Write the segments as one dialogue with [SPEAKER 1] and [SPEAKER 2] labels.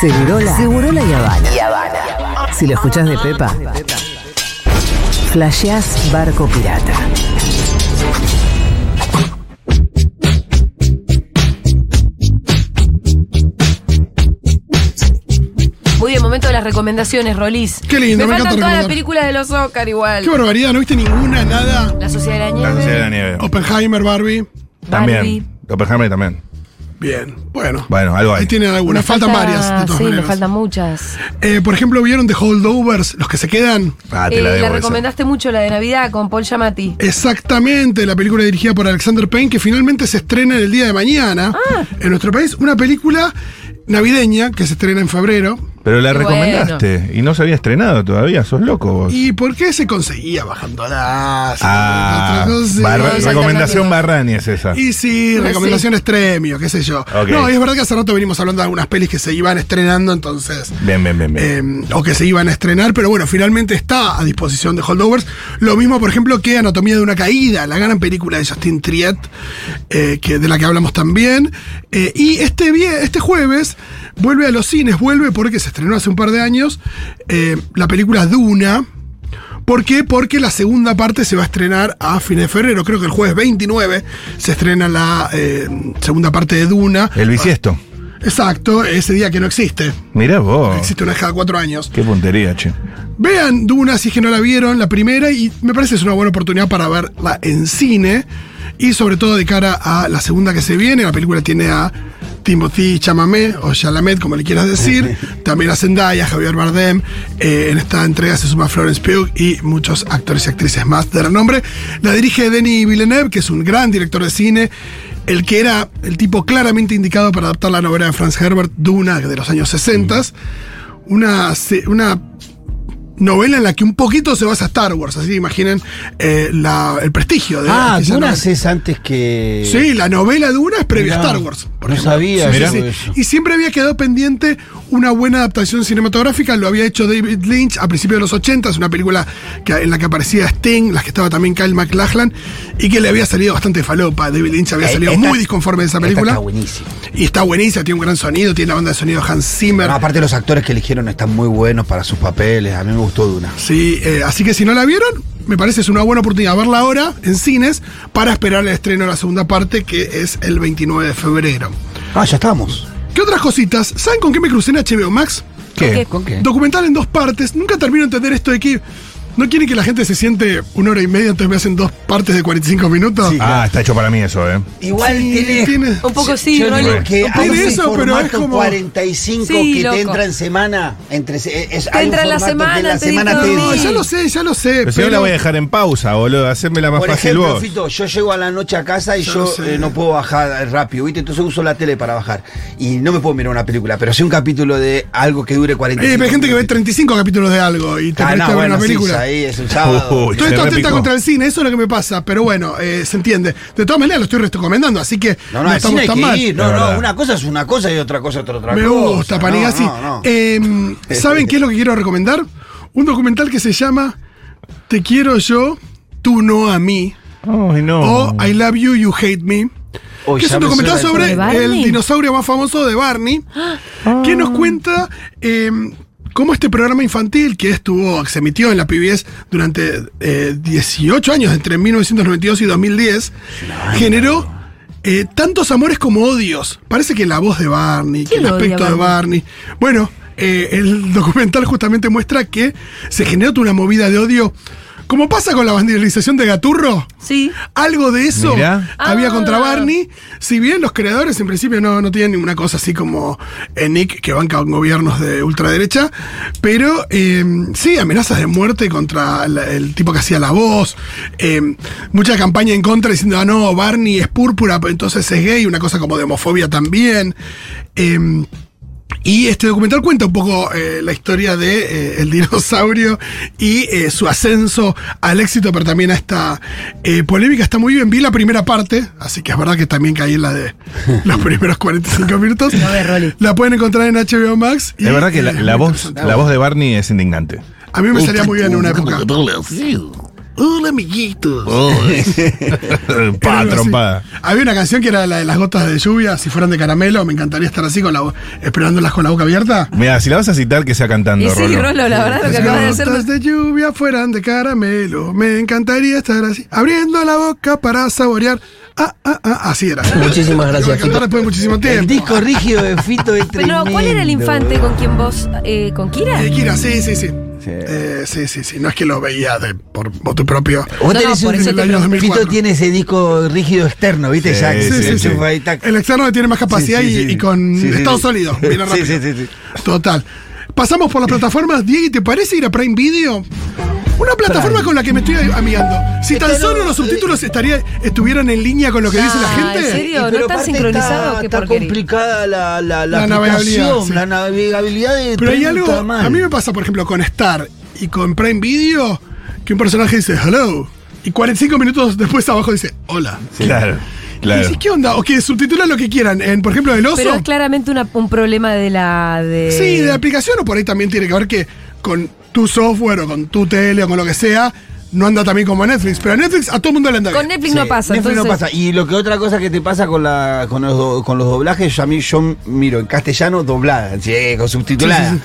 [SPEAKER 1] Segurola. Segurola y Habana. Si lo escuchás de Pepa, flasheás barco pirata.
[SPEAKER 2] Muy bien, momento de las recomendaciones, Rolis.
[SPEAKER 3] Qué lindo, me
[SPEAKER 2] me faltan todas
[SPEAKER 3] encanta
[SPEAKER 2] las
[SPEAKER 3] recomendar.
[SPEAKER 2] películas de los Oscar igual.
[SPEAKER 3] Qué barbaridad, no viste ninguna, nada.
[SPEAKER 2] La Sociedad de la Nieve.
[SPEAKER 4] La Sociedad de la Nieve.
[SPEAKER 3] Oppenheimer, Barbie.
[SPEAKER 2] Barbie.
[SPEAKER 4] También. Oppenheimer también.
[SPEAKER 3] Bien, bueno.
[SPEAKER 4] Bueno, algo
[SPEAKER 3] Ahí
[SPEAKER 4] hay.
[SPEAKER 3] tienen algunas, faltan
[SPEAKER 2] Falta-
[SPEAKER 3] varias, de todas
[SPEAKER 2] sí, nos
[SPEAKER 3] maneras.
[SPEAKER 2] faltan muchas.
[SPEAKER 3] Eh, por ejemplo, ¿vieron The Holdovers? Los que se quedan.
[SPEAKER 4] Ah, te
[SPEAKER 2] Eh,
[SPEAKER 4] la debo. esa.
[SPEAKER 2] recomendaste mucho la de Navidad con Paul
[SPEAKER 3] Eh,
[SPEAKER 2] Giamatti.
[SPEAKER 3] Exactamente, la película dirigida por Alexander Payne, que finalmente se estrena el día de mañana
[SPEAKER 2] Ah.
[SPEAKER 3] en nuestro país. Una película navideña que se estrena en febrero.
[SPEAKER 4] Pero la
[SPEAKER 2] Qué
[SPEAKER 4] recomendaste y no se había estrenado todavía, sos loco vos.
[SPEAKER 3] ¿Y por qué se conseguía bajando las?
[SPEAKER 4] Ah, barra-
[SPEAKER 2] Dos alternativas.
[SPEAKER 4] recomendación Barrani es esa.
[SPEAKER 3] Y sí,
[SPEAKER 2] Pues
[SPEAKER 3] recomendaciones premio, qué sé yo.
[SPEAKER 4] Ok.
[SPEAKER 3] No, y es verdad que hace rato venimos hablando de algunas pelis que se iban estrenando, entonces.
[SPEAKER 4] Bien, bien, bien, bien.
[SPEAKER 3] eh, o que se iban a estrenar, pero bueno, finalmente está a disposición de Holdovers. Lo mismo, por ejemplo, que Anatomía de una Caída, la gran película de Justin Triet, eh, que, de la que hablamos también. Eh, y este, vie- este jueves vuelve a los cines, vuelve porque se estrenó hace un par de años eh, la película Duna. ¿Por qué? Porque la segunda parte se va a estrenar a fines de febrero, creo que el jueves 29 se estrena la eh, segunda parte de Duna.
[SPEAKER 4] El bisiesto.
[SPEAKER 3] Exacto, ese día que no existe.
[SPEAKER 4] Mirá vos.
[SPEAKER 3] Existe una vez cada cuatro años.
[SPEAKER 4] Qué puntería, che.
[SPEAKER 3] Vean Duna si es que no la vieron, la primera, y me parece que es una buena oportunidad para verla en cine. Y sobre todo de cara a la segunda que se viene. La película tiene a Timothy Chalamet, o Chalamet, como le quieras decir. También a Zendaya, Javier Bardem. Eh, en esta entrega se suma Florence Pugh y muchos actores y actrices más de renombre. La dirige Denis Villeneuve, que es un gran director de cine. El que era el tipo claramente indicado para adaptar la novela de Franz Herbert, Duna, de los años 60. Una, se- una novela en la que un poquito se basa Star Wars, así que imaginen eh, la- el prestigio de
[SPEAKER 5] Ah,
[SPEAKER 3] aquella
[SPEAKER 5] Dunas
[SPEAKER 3] novela.
[SPEAKER 5] es antes que.
[SPEAKER 3] Sí, la novela de una es previa a
[SPEAKER 5] Mirá,
[SPEAKER 3] Star Wars. por
[SPEAKER 5] no
[SPEAKER 3] ejemplo.
[SPEAKER 5] sabía
[SPEAKER 3] Sí,
[SPEAKER 4] yo
[SPEAKER 3] sí, sí.
[SPEAKER 5] eso.
[SPEAKER 3] Y siempre había quedado pendiente una buena adaptación cinematográfica. Lo había hecho David Lynch a principios de los 80, es una película que- en la que aparecía Sting, las que estaba también Kyle MacLachlan, y que le había salido bastante falopa. David Lynch había
[SPEAKER 5] Eh,
[SPEAKER 3] salido
[SPEAKER 5] esta-
[SPEAKER 3] muy disconforme de esa
[SPEAKER 5] esta
[SPEAKER 3] película.
[SPEAKER 5] está buenísima.
[SPEAKER 3] y está buenísima, tiene un gran sonido, tiene la banda de sonido de Hans Zimmer.
[SPEAKER 5] No, aparte, los actores que eligieron están muy buenos para sus papeles. A mí me gustó Duna.
[SPEAKER 3] Sí, eh, así que si no la vieron, me parece es una buena oportunidad verla ahora en cines para esperar el estreno de la segunda parte que es el 29 de febrero.
[SPEAKER 5] Ah, ya estamos.
[SPEAKER 3] ¿Qué otras cositas? ¿Saben con qué me crucé en HBO Max?
[SPEAKER 4] ¿Qué?
[SPEAKER 5] ¿Con qué?
[SPEAKER 3] Documental en dos partes. Nunca termino de entender esto de que no quieren que la gente se siente una hora y media, entonces me hacen dos partes de 45 minutos.
[SPEAKER 5] Sí.
[SPEAKER 4] Ah, está hecho para mí eso, eh.
[SPEAKER 5] Igual
[SPEAKER 3] Sí,
[SPEAKER 5] tiene.
[SPEAKER 3] tiene-
[SPEAKER 2] Un poco sí,
[SPEAKER 5] yo
[SPEAKER 2] Rolly.
[SPEAKER 5] digo que
[SPEAKER 3] Bueno.
[SPEAKER 5] hay
[SPEAKER 3] Tiene
[SPEAKER 5] un
[SPEAKER 3] eso, pero es
[SPEAKER 5] formato
[SPEAKER 3] como-
[SPEAKER 5] 45
[SPEAKER 2] Sí,
[SPEAKER 5] que
[SPEAKER 2] loco.
[SPEAKER 5] te entra en semana. Entre, se- eh, es,
[SPEAKER 2] Te
[SPEAKER 5] hay un
[SPEAKER 2] entra en la
[SPEAKER 5] formato que
[SPEAKER 2] semana,
[SPEAKER 5] la
[SPEAKER 2] tenés
[SPEAKER 5] semana
[SPEAKER 2] que
[SPEAKER 5] te
[SPEAKER 3] No,
[SPEAKER 2] dormir.
[SPEAKER 3] ya lo sé, ya lo sé. eh,
[SPEAKER 4] Pero si no la voy a dejar en pausa, boludo. Hacérmela más
[SPEAKER 5] Por
[SPEAKER 4] fácil
[SPEAKER 5] ejemplo,
[SPEAKER 4] vos.
[SPEAKER 5] Fito, yo llego a la noche a casa y
[SPEAKER 3] Yo
[SPEAKER 5] yo,
[SPEAKER 3] no sé.
[SPEAKER 5] eh, no puedo bajar eh, rápido, ¿viste? Entonces uso la tele para bajar. Y no me puedo mirar una película, pero sí un capítulo de algo que dure 40
[SPEAKER 3] Eh, pero hay gente que ve 35 capítulos de algo y te
[SPEAKER 5] Ah,
[SPEAKER 3] parece
[SPEAKER 5] no,
[SPEAKER 3] a ver
[SPEAKER 5] bueno,
[SPEAKER 3] una
[SPEAKER 5] sí,
[SPEAKER 3] película.
[SPEAKER 5] ahí es un sábado.
[SPEAKER 4] Uy.
[SPEAKER 3] Estoy
[SPEAKER 4] Se
[SPEAKER 3] todo atenta
[SPEAKER 4] repicó.
[SPEAKER 3] contra el cine, eso es lo que me pasa, pero bueno, eh, se entiende. De todas maneras lo estoy recomendando, así que
[SPEAKER 5] No,
[SPEAKER 3] no,
[SPEAKER 5] no, al
[SPEAKER 3] estamos
[SPEAKER 5] cine hay
[SPEAKER 3] tan
[SPEAKER 5] que
[SPEAKER 3] mal.
[SPEAKER 5] ir.
[SPEAKER 4] la
[SPEAKER 5] No, no,
[SPEAKER 4] verdad.
[SPEAKER 5] una cosa es una cosa y otra cosa es otra, otra
[SPEAKER 3] me
[SPEAKER 5] cosa.
[SPEAKER 3] gusta,
[SPEAKER 5] No,
[SPEAKER 3] Panigasi.
[SPEAKER 5] no, no.
[SPEAKER 3] Em, ¿Saben qué es lo que quiero recomendar? Un documental que se llama Te quiero yo, tú no a mí,
[SPEAKER 4] Ay, no.
[SPEAKER 3] o Oh, I love you, you hate me.
[SPEAKER 5] Hoy
[SPEAKER 3] que es
[SPEAKER 5] ya
[SPEAKER 3] un
[SPEAKER 5] me
[SPEAKER 3] documental
[SPEAKER 5] suena
[SPEAKER 3] sobre
[SPEAKER 2] ¿De Barney?
[SPEAKER 3] el dinosaurio más famoso de Barney, que nos cuenta em, cómo este programa infantil que estuvo, que se emitió en la PBS durante eh, 18 años, entre 1992 y 2010, generó eh, tantos amores como odios. Parece que la voz de Barney, que
[SPEAKER 2] ¿Quién
[SPEAKER 3] el
[SPEAKER 2] lo odia
[SPEAKER 3] aspecto
[SPEAKER 2] a
[SPEAKER 3] de Barney. Bueno, eh, el documental justamente muestra que se generó toda una movida de odio. Como pasa con la vandalización de Gaturro,
[SPEAKER 2] Sí.
[SPEAKER 3] algo de eso
[SPEAKER 4] Mirá.
[SPEAKER 3] había
[SPEAKER 2] Ah.
[SPEAKER 3] contra Barney. Si bien los creadores en principio no, no tienen ninguna cosa así como eh, Nick que banca con gobiernos de ultraderecha, pero eh, sí, amenazas de muerte contra la- el tipo que hacía la voz. eh, mucha campaña en contra diciendo, ah, no, Barney es púrpura, pero entonces es gay, una cosa como de homofobia también. Em, y este documental cuenta un poco eh, la historia de eh, el dinosaurio y eh, su ascenso al éxito, pero también a esta eh, polémica. Está muy bien. Vi la primera parte, así que es verdad que también caí en la de los primeros 45 minutos.
[SPEAKER 2] A ver, Rolly.
[SPEAKER 3] La pueden encontrar en HBO Max. y,
[SPEAKER 4] Es verdad que la,
[SPEAKER 3] eh,
[SPEAKER 4] la
[SPEAKER 3] muy
[SPEAKER 4] voz,
[SPEAKER 3] interesante.
[SPEAKER 4] la voz de Barney es indignante.
[SPEAKER 3] A mí me salía muy bien en una época. Hola, amiguitos. Era
[SPEAKER 4] pa,
[SPEAKER 3] algo así.
[SPEAKER 4] trompada.
[SPEAKER 3] Había una canción que era la de las gotas de lluvia, si fueran de caramelo, me encantaría estar así, con la, bo- esperándolas con la boca abierta.
[SPEAKER 4] Mira, si la vas a citar, que sea cantando,
[SPEAKER 2] Y sí,
[SPEAKER 4] Rolo.
[SPEAKER 2] Rolo, la verdad lo que
[SPEAKER 3] Las
[SPEAKER 2] acabas de hacer.
[SPEAKER 3] gotas de lluvia fueran de caramelo, me encantaría estar así, abriendo la boca para saborear. Ah, ah, ah, así era.
[SPEAKER 1] Muchísimas
[SPEAKER 3] Lo voy a
[SPEAKER 1] gracias,
[SPEAKER 3] cantar
[SPEAKER 1] Fito.
[SPEAKER 3] después de muchísimo
[SPEAKER 5] El
[SPEAKER 3] tiempo.
[SPEAKER 5] disco rígido de Fito es
[SPEAKER 2] Pero, ¿cuál era el
[SPEAKER 5] tremendo.
[SPEAKER 2] infante con quien vos. eh, ¿Con Kira?
[SPEAKER 3] Eh, Kira, sí, sí, sí.
[SPEAKER 5] Sí.
[SPEAKER 3] Eh, sí, sí, sí. No es que lo veía de- por voto propio.
[SPEAKER 5] Vos
[SPEAKER 2] No,
[SPEAKER 5] tenés
[SPEAKER 2] no, por
[SPEAKER 5] un-
[SPEAKER 2] eso
[SPEAKER 3] te pregunto.
[SPEAKER 5] Fito tiene ese disco rígido externo, ¿viste?
[SPEAKER 4] Sí,
[SPEAKER 5] ya,
[SPEAKER 4] sí,
[SPEAKER 5] se
[SPEAKER 3] sí,
[SPEAKER 5] enchufa
[SPEAKER 4] sí.
[SPEAKER 5] ahí, tac.
[SPEAKER 3] El externo tiene más capacidad
[SPEAKER 5] Sí, sí,
[SPEAKER 3] y,
[SPEAKER 5] sí.
[SPEAKER 3] y con
[SPEAKER 5] Sí, sí,
[SPEAKER 3] estado
[SPEAKER 5] sí.
[SPEAKER 3] sólido. Viene
[SPEAKER 5] Sí,
[SPEAKER 3] rápido.
[SPEAKER 5] sí, sí, sí.
[SPEAKER 3] Total. Pasamos por las plataformas. Diego, ¿te parece ir a Prime Video? Una plataforma con la que me estoy amigando. Si tan solo los subtítulos estaría, estuvieran en línea con lo que dice la
[SPEAKER 2] Ah, ¿en
[SPEAKER 3] gente.
[SPEAKER 2] serio? ¿No
[SPEAKER 5] pero
[SPEAKER 2] está
[SPEAKER 5] aparte
[SPEAKER 2] sincronizado?
[SPEAKER 5] Está,
[SPEAKER 2] ¿Qué
[SPEAKER 5] está
[SPEAKER 2] porquería?
[SPEAKER 5] complicada la, la, la,
[SPEAKER 3] La navegabilidad,
[SPEAKER 5] aplicación,
[SPEAKER 3] sí.
[SPEAKER 5] la navegabilidad de
[SPEAKER 3] Pero hay
[SPEAKER 5] tren
[SPEAKER 3] algo.
[SPEAKER 5] está mal.
[SPEAKER 3] A mí me pasa, por ejemplo, con Star y con Prime Video, que un personaje dice hello. Y 45 minutos después abajo dice hola.
[SPEAKER 4] Claro,
[SPEAKER 3] Y
[SPEAKER 4] claro.
[SPEAKER 3] decís, ¿qué onda? O que subtitulan lo que quieran. En, por ejemplo, El Oso.
[SPEAKER 2] Pero es claramente una- un problema de la. De...
[SPEAKER 3] Sí, de la aplicación o por ahí también tiene que ver que con tu software o con tu tele o con lo que sea, no anda también como Netflix. Pero a Netflix a todo el mundo le anda
[SPEAKER 2] Con
[SPEAKER 3] bien.
[SPEAKER 2] Netflix
[SPEAKER 5] Sí,
[SPEAKER 2] no pasa.
[SPEAKER 5] Netflix no
[SPEAKER 2] entonces-
[SPEAKER 5] pasa. Y lo que otra cosa que te pasa con, la, con, los, do- con los doblajes, yo a mí yo miro en castellano doblada, sí, con subtitulada.
[SPEAKER 3] Sí,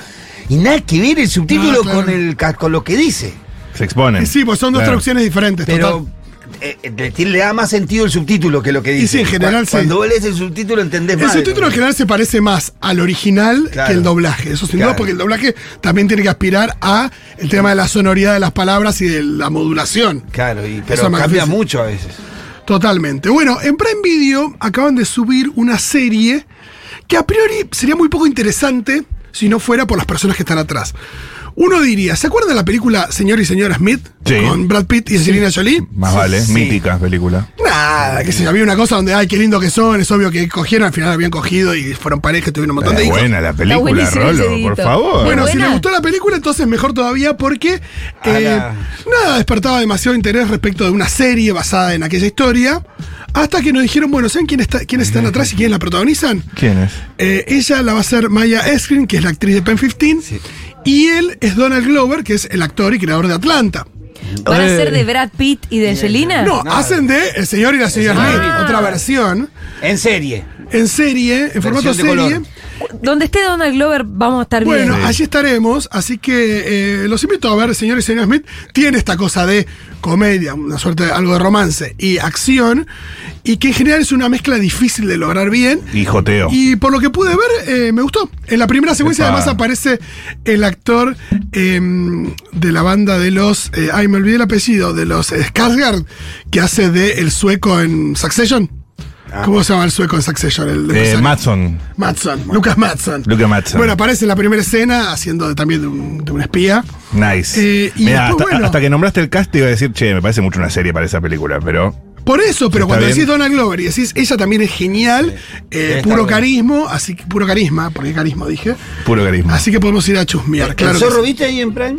[SPEAKER 3] sí,
[SPEAKER 5] Y nada que ver el subtítulo
[SPEAKER 3] No, claro.
[SPEAKER 5] con, el, ca- con lo que dice.
[SPEAKER 4] Se exponen.
[SPEAKER 3] Y Sí, pues son dos
[SPEAKER 4] Claro.
[SPEAKER 3] traducciones diferentes.
[SPEAKER 5] Pero
[SPEAKER 3] total.
[SPEAKER 5] eh, eh, le, tiene- le da más sentido el subtítulo que lo que dice.
[SPEAKER 3] sí, en general,
[SPEAKER 5] Cu-
[SPEAKER 3] sí.
[SPEAKER 5] Cuando vos lees el subtítulo entendés
[SPEAKER 3] El
[SPEAKER 5] más.
[SPEAKER 3] subtítulo en general se parece más al original
[SPEAKER 5] Claro.
[SPEAKER 3] que el doblaje. Eso sin duda,
[SPEAKER 5] Claro.
[SPEAKER 3] porque el doblaje también tiene que aspirar a el tema de la sonoridad de las palabras y de la modulación.
[SPEAKER 5] Claro, y,
[SPEAKER 3] Eso
[SPEAKER 5] pero
[SPEAKER 3] es más
[SPEAKER 5] cambia
[SPEAKER 3] difícil.
[SPEAKER 5] mucho a veces.
[SPEAKER 3] Totalmente. Bueno, en Prime Video acaban de subir una serie que a priori sería muy poco interesante si no fuera por las personas que están atrás. Uno diría, ¿se acuerdan de la película Señor y Señora Smith?
[SPEAKER 4] Sí.
[SPEAKER 3] Con Brad Pitt y Angelina Jolie.
[SPEAKER 4] Más vale,
[SPEAKER 5] Sí.
[SPEAKER 4] mítica película.
[SPEAKER 3] Nada, que se había una cosa donde, ay, qué lindo que son, es obvio que cogieron, al final habían cogido y fueron pareja y tuvieron un montón de
[SPEAKER 4] Eh,
[SPEAKER 3] hijos.
[SPEAKER 4] buena la
[SPEAKER 2] Está
[SPEAKER 4] película,
[SPEAKER 2] buenísimo
[SPEAKER 4] Rolo,
[SPEAKER 2] ese
[SPEAKER 4] por
[SPEAKER 2] dedito.
[SPEAKER 4] favor.
[SPEAKER 3] Bueno,
[SPEAKER 2] Buena.
[SPEAKER 3] si les gustó la película, entonces mejor todavía porque eh,
[SPEAKER 5] Ala.
[SPEAKER 3] nada despertaba demasiado interés respecto de una serie basada en aquella historia. Hasta que nos dijeron, bueno, ¿saben quién está- quiénes están atrás y quiénes la protagonizan?
[SPEAKER 4] ¿Quién es?
[SPEAKER 3] Eh, ella la va a ser Maya Eskrin, que es la actriz de Pen 15. Y él es Donald Glover, que es el actor y creador de Atlanta.
[SPEAKER 2] ¿Van a ser de Brad Pitt y de Angelina?
[SPEAKER 3] No,
[SPEAKER 5] nada.
[SPEAKER 3] hacen de El señor y la señora
[SPEAKER 5] Ah. señor Ah.
[SPEAKER 3] Smith,
[SPEAKER 5] Smith.
[SPEAKER 3] otra versión,
[SPEAKER 5] En serie.
[SPEAKER 3] en serie, en formato
[SPEAKER 5] de
[SPEAKER 3] serie.
[SPEAKER 5] color.
[SPEAKER 2] Donde esté Donald Glover, vamos a estar
[SPEAKER 3] Bueno, ah.
[SPEAKER 2] bien.
[SPEAKER 3] allí estaremos, así que eh, los invito a ver, señor y señora Smith, tiene esta cosa de comedia, una suerte de algo de romance y acción, y que en general es una mezcla difícil de lograr bien.
[SPEAKER 4] Hijoteo.
[SPEAKER 3] Y por lo que pude ver, eh, me gustó. En la primera secuencia
[SPEAKER 4] Epa.
[SPEAKER 3] además aparece el actor eh, de la banda de los, eh, ay me olvidé el apellido, de los eh, Skarsgård, que hace de el sueco en Succession. ¿Cómo se llama el sueco en Succession? El
[SPEAKER 4] Ah. Eh,
[SPEAKER 3] empresario?
[SPEAKER 4] Matson.
[SPEAKER 3] Matson, Lucas Matson.
[SPEAKER 4] Lucas Mattson.
[SPEAKER 3] Bueno, aparece en la primera escena haciendo de- también de un, de un espía.
[SPEAKER 4] Nice.
[SPEAKER 3] Eh, y
[SPEAKER 4] Mirá,
[SPEAKER 3] después,
[SPEAKER 4] hasta,
[SPEAKER 3] bueno.
[SPEAKER 4] hasta que nombraste el cast te iba a decir, che, me parece mucho una serie para esa película, pero.
[SPEAKER 3] Por eso, pero
[SPEAKER 4] Está
[SPEAKER 3] cuando
[SPEAKER 4] bien.
[SPEAKER 3] decís Donald Glover y decís, ella también es genial, eh,
[SPEAKER 5] Debe estar
[SPEAKER 3] puro
[SPEAKER 5] bueno.
[SPEAKER 3] carisma, así que puro carisma, porque carisma dije.
[SPEAKER 4] Puro carisma.
[SPEAKER 3] Así que podemos ir a chusmear, claro.
[SPEAKER 5] ¿El
[SPEAKER 3] que
[SPEAKER 5] zorro
[SPEAKER 3] sí.
[SPEAKER 5] viste ahí en Prime?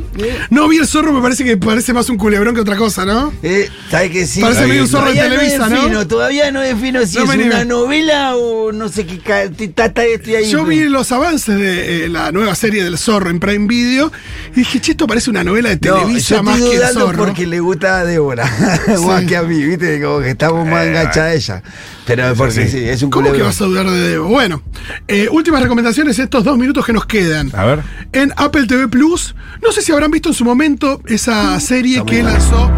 [SPEAKER 3] No vi el zorro, me parece que parece más un culebrón que otra cosa, ¿no?
[SPEAKER 5] Eh, ¿Sabes que sí?
[SPEAKER 3] Parece medio un zorro de
[SPEAKER 5] Todavía
[SPEAKER 3] Televisa,
[SPEAKER 5] no
[SPEAKER 3] ¿no?
[SPEAKER 5] defino, Todavía no defino si
[SPEAKER 3] No me
[SPEAKER 5] es una
[SPEAKER 3] animo.
[SPEAKER 5] novela o no sé qué ca- te- tata estoy ahí.
[SPEAKER 3] Yo vi los avances de eh, la nueva serie del zorro en Prime Video y dije, che, esto parece una novela de
[SPEAKER 5] No,
[SPEAKER 3] Televisa
[SPEAKER 5] yo estoy
[SPEAKER 3] más que el
[SPEAKER 5] dudando
[SPEAKER 3] zorro.
[SPEAKER 5] porque le gusta a Débora, más
[SPEAKER 3] Sí.
[SPEAKER 5] que a mí, viste, como que estamos más
[SPEAKER 4] Eh,
[SPEAKER 5] enganchados a ella. Pero porque
[SPEAKER 4] sí.
[SPEAKER 5] sí, es un
[SPEAKER 3] ¿Cómo que
[SPEAKER 5] culebrón.
[SPEAKER 3] vas a dudar de Debo? Bueno, eh, últimas recomendaciones en estos dos minutos que nos quedan.
[SPEAKER 4] A ver.
[SPEAKER 3] En Apple TV Plus, no sé si habrán visto en su momento
[SPEAKER 2] Mm.
[SPEAKER 3] esa serie
[SPEAKER 5] Está
[SPEAKER 3] que
[SPEAKER 5] muy buena.
[SPEAKER 3] lanzó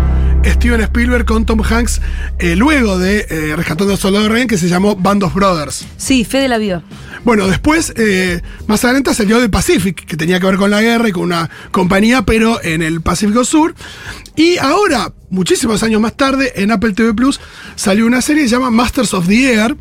[SPEAKER 3] Steven Spielberg con Tom Hanks eh, luego de eh, Rescatando al Soldado Ryan, que se llamó Band of Brothers.
[SPEAKER 2] Sí, Fede la vio.
[SPEAKER 3] Bueno, después, eh, más adelante salió de Pacific, que tenía que ver con la guerra y con una compañía, pero en el Pacífico Sur. Y ahora, muchísimos años más tarde, en Apple TV Plus salió una serie que se llama Masters of the Air,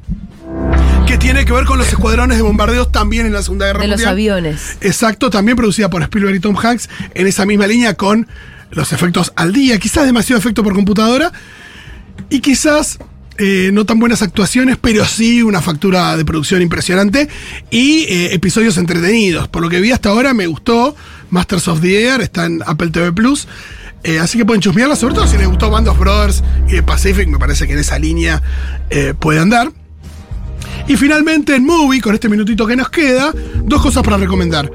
[SPEAKER 3] que tiene que ver con los escuadrones de bombardeos también en la Segunda Guerra
[SPEAKER 2] De
[SPEAKER 3] Mundial.
[SPEAKER 2] los aviones.
[SPEAKER 3] Exacto, también producida por Spielberg y Tom Hanks, en esa misma línea con los efectos al día, quizás demasiado efecto por computadora y quizás eh, no tan buenas actuaciones, pero sí una factura de producción impresionante y eh, episodios entretenidos. Por lo que vi hasta ahora me gustó Masters of the Air, está en Apple TV Plus. eh, así que pueden chusmearla, sobre todo si les gustó Band of Brothers y The Pacific, me parece que en esa línea eh, puede andar. Y finalmente en Movie, con este minutito que nos queda, dos cosas para recomendar.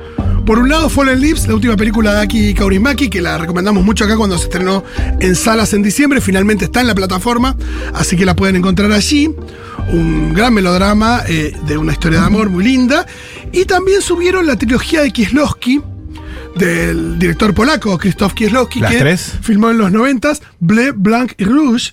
[SPEAKER 3] Por un lado, Fallen Leaves, la última película de Aki Kaurismäki, que la recomendamos mucho acá cuando se estrenó en salas en diciembre. Finalmente está en la plataforma, así que la pueden encontrar allí. Un gran melodrama eh, de una historia de amor muy linda. Y también subieron la trilogía de Kieslowski, del director polaco Krzysztof Kieslowski,
[SPEAKER 4] ¿Las
[SPEAKER 3] que
[SPEAKER 4] tres?
[SPEAKER 3] filmó en los 90 Ble, Blanc y Rouge,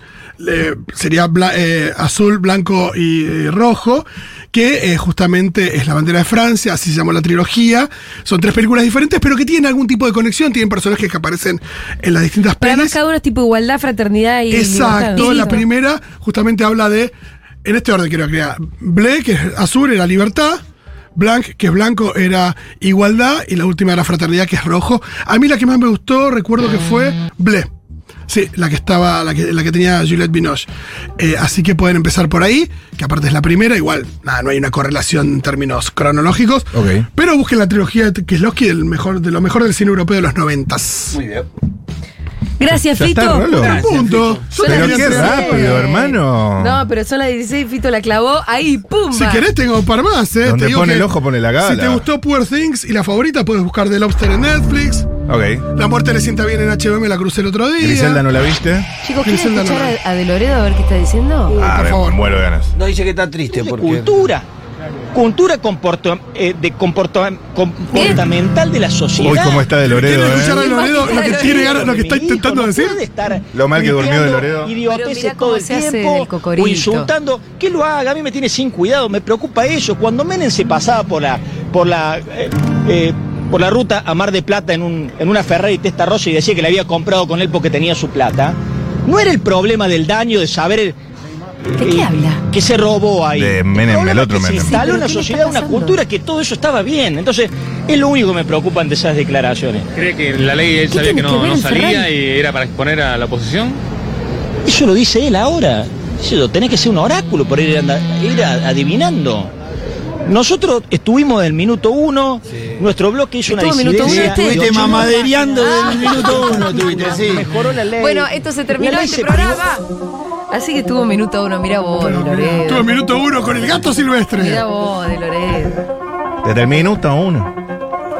[SPEAKER 3] eh, sería bla- eh, azul, blanco y eh, rojo, que eh, justamente es la bandera de Francia, así se llamó la trilogía. Son tres películas diferentes, pero que tienen algún tipo de conexión, tienen personajes que aparecen en las distintas
[SPEAKER 2] Para más
[SPEAKER 3] pelis.
[SPEAKER 2] cada uno es tipo igualdad, fraternidad y.
[SPEAKER 3] Exacto,
[SPEAKER 2] libertad.
[SPEAKER 3] la primera justamente habla de, en este orden quiero crear, Ble, que es azul, era libertad, Blanc, que es blanco, era igualdad, y la última era fraternidad, que es rojo. A mí la que más me gustó, recuerdo que fue Ble. Sí, la que estaba, la que, la que tenía Juliette Binoche. Eh, así que pueden empezar por ahí, que aparte es la primera, igual, nada, no hay una correlación en términos cronológicos.
[SPEAKER 4] Ok.
[SPEAKER 3] Pero busquen la trilogía de Kieslowski, del mejor, de lo mejor del cine europeo de los noventas.
[SPEAKER 5] Muy bien.
[SPEAKER 2] Gracias,
[SPEAKER 4] Ya está,
[SPEAKER 2] Fito.
[SPEAKER 4] Rolo.
[SPEAKER 3] Punto. Yo
[SPEAKER 2] Son
[SPEAKER 3] te
[SPEAKER 4] Pero
[SPEAKER 2] las
[SPEAKER 3] quería
[SPEAKER 4] qué
[SPEAKER 3] hacer-
[SPEAKER 2] 16.
[SPEAKER 4] rápido, hermano.
[SPEAKER 2] No, pero son las 16, Fito la clavó ahí, ¡pum!
[SPEAKER 3] Si querés tengo para más, eh.
[SPEAKER 4] Donde
[SPEAKER 3] Te digo
[SPEAKER 4] pone
[SPEAKER 3] que
[SPEAKER 4] el ojo, pone la gala.
[SPEAKER 3] Si te gustó Poor Things y la favorita, puedes buscar The Lobster en Netflix.
[SPEAKER 4] Ok.
[SPEAKER 3] La muerte le sienta bien en HBM, la crucé el otro día.
[SPEAKER 4] Griselda, ¿no la viste?
[SPEAKER 2] Chicos, ¿quieren
[SPEAKER 3] Griselda
[SPEAKER 2] escuchar
[SPEAKER 3] Lorán.
[SPEAKER 2] a, a De Loredo a ver qué está diciendo?
[SPEAKER 4] Ah,
[SPEAKER 3] por
[SPEAKER 4] me
[SPEAKER 3] favor.
[SPEAKER 4] muero de ganas.
[SPEAKER 5] No dice que está triste
[SPEAKER 4] Este,
[SPEAKER 6] de
[SPEAKER 5] porque.
[SPEAKER 6] cultura. Cultura comporta- eh, de comporta- comportamental de la sociedad.
[SPEAKER 4] Uy, cómo está de Loredo,
[SPEAKER 3] ¿eh? ¿Quieren escuchar a
[SPEAKER 4] ¿eh?
[SPEAKER 3] Loredo lo que tiene ganas, lo que está
[SPEAKER 6] Feminismo,
[SPEAKER 3] intentando
[SPEAKER 6] no
[SPEAKER 3] decir?
[SPEAKER 6] puede estar
[SPEAKER 4] Lo mal que durmió de
[SPEAKER 6] tuiteando
[SPEAKER 4] Loredo.
[SPEAKER 6] idioteces
[SPEAKER 2] Pero mirá
[SPEAKER 6] todo
[SPEAKER 2] cómo
[SPEAKER 6] el
[SPEAKER 2] se hace
[SPEAKER 6] tiempo,
[SPEAKER 2] del cocorito.
[SPEAKER 6] O insultando. Que lo haga, a mí me tiene sin cuidado, me preocupa eso. Cuando Menem se pasaba por la, por la, eh, eh, por la ruta a Mar de Plata en, un, en una Ferrari Testa Rosa y decía que la había comprado con él porque tenía su plata, no era el problema del daño de saber el-
[SPEAKER 2] ¿De qué
[SPEAKER 6] eh,
[SPEAKER 2] habla?
[SPEAKER 6] que se robó ahí.
[SPEAKER 4] De Menem,
[SPEAKER 6] problema
[SPEAKER 4] el otro
[SPEAKER 6] es que
[SPEAKER 4] Menem.
[SPEAKER 6] Se
[SPEAKER 2] Sí,
[SPEAKER 6] instaló
[SPEAKER 2] pero
[SPEAKER 6] una
[SPEAKER 2] ¿qué le está
[SPEAKER 6] sociedad, una
[SPEAKER 2] pasando?
[SPEAKER 6] cultura que todo eso estaba bien. Entonces, es lo único que me preocupa ante esas declaraciones.
[SPEAKER 7] ¿Cree que la ley él
[SPEAKER 2] ¿Qué
[SPEAKER 7] sabía
[SPEAKER 2] tiene
[SPEAKER 7] que
[SPEAKER 2] que
[SPEAKER 7] no,
[SPEAKER 2] ver
[SPEAKER 7] no
[SPEAKER 2] el
[SPEAKER 7] salía
[SPEAKER 2] Ferrari?
[SPEAKER 7] y era para exponer a la oposición?
[SPEAKER 6] Eso lo dice él ahora. Dice, lo tenés que ser un oráculo por ir, anda- ir a- adivinando. Nosotros estuvimos del minuto uno, nuestro bloque hizo una
[SPEAKER 2] ¿Estuvo minuto uno
[SPEAKER 6] disidencia.
[SPEAKER 2] este? Ah.
[SPEAKER 6] de
[SPEAKER 5] Estuviste
[SPEAKER 6] ocho mil
[SPEAKER 5] mamadereando
[SPEAKER 6] páginas.
[SPEAKER 5] del minuto uno, estuviste, sí.
[SPEAKER 6] Mejoró la ley.
[SPEAKER 2] Bueno, esto se terminó
[SPEAKER 6] La ley
[SPEAKER 2] este
[SPEAKER 6] se
[SPEAKER 2] programa. Así que estuvo minuto uno, mira vos, De
[SPEAKER 3] Estuve en
[SPEAKER 2] Loredo.
[SPEAKER 3] minuto uno con el gato silvestre.
[SPEAKER 2] Mira vos, De Loredo.
[SPEAKER 4] Desde el minuto uno.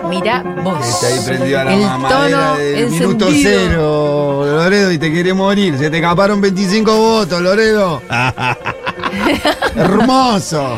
[SPEAKER 2] Mira vos.
[SPEAKER 5] Está ahí prendido a la
[SPEAKER 2] El
[SPEAKER 5] mamadera
[SPEAKER 2] tono
[SPEAKER 5] del
[SPEAKER 2] encendido.
[SPEAKER 5] minuto cero, Loredo, y te querés morir. Se te escaparon 25 votos, Loredo. Hermoso.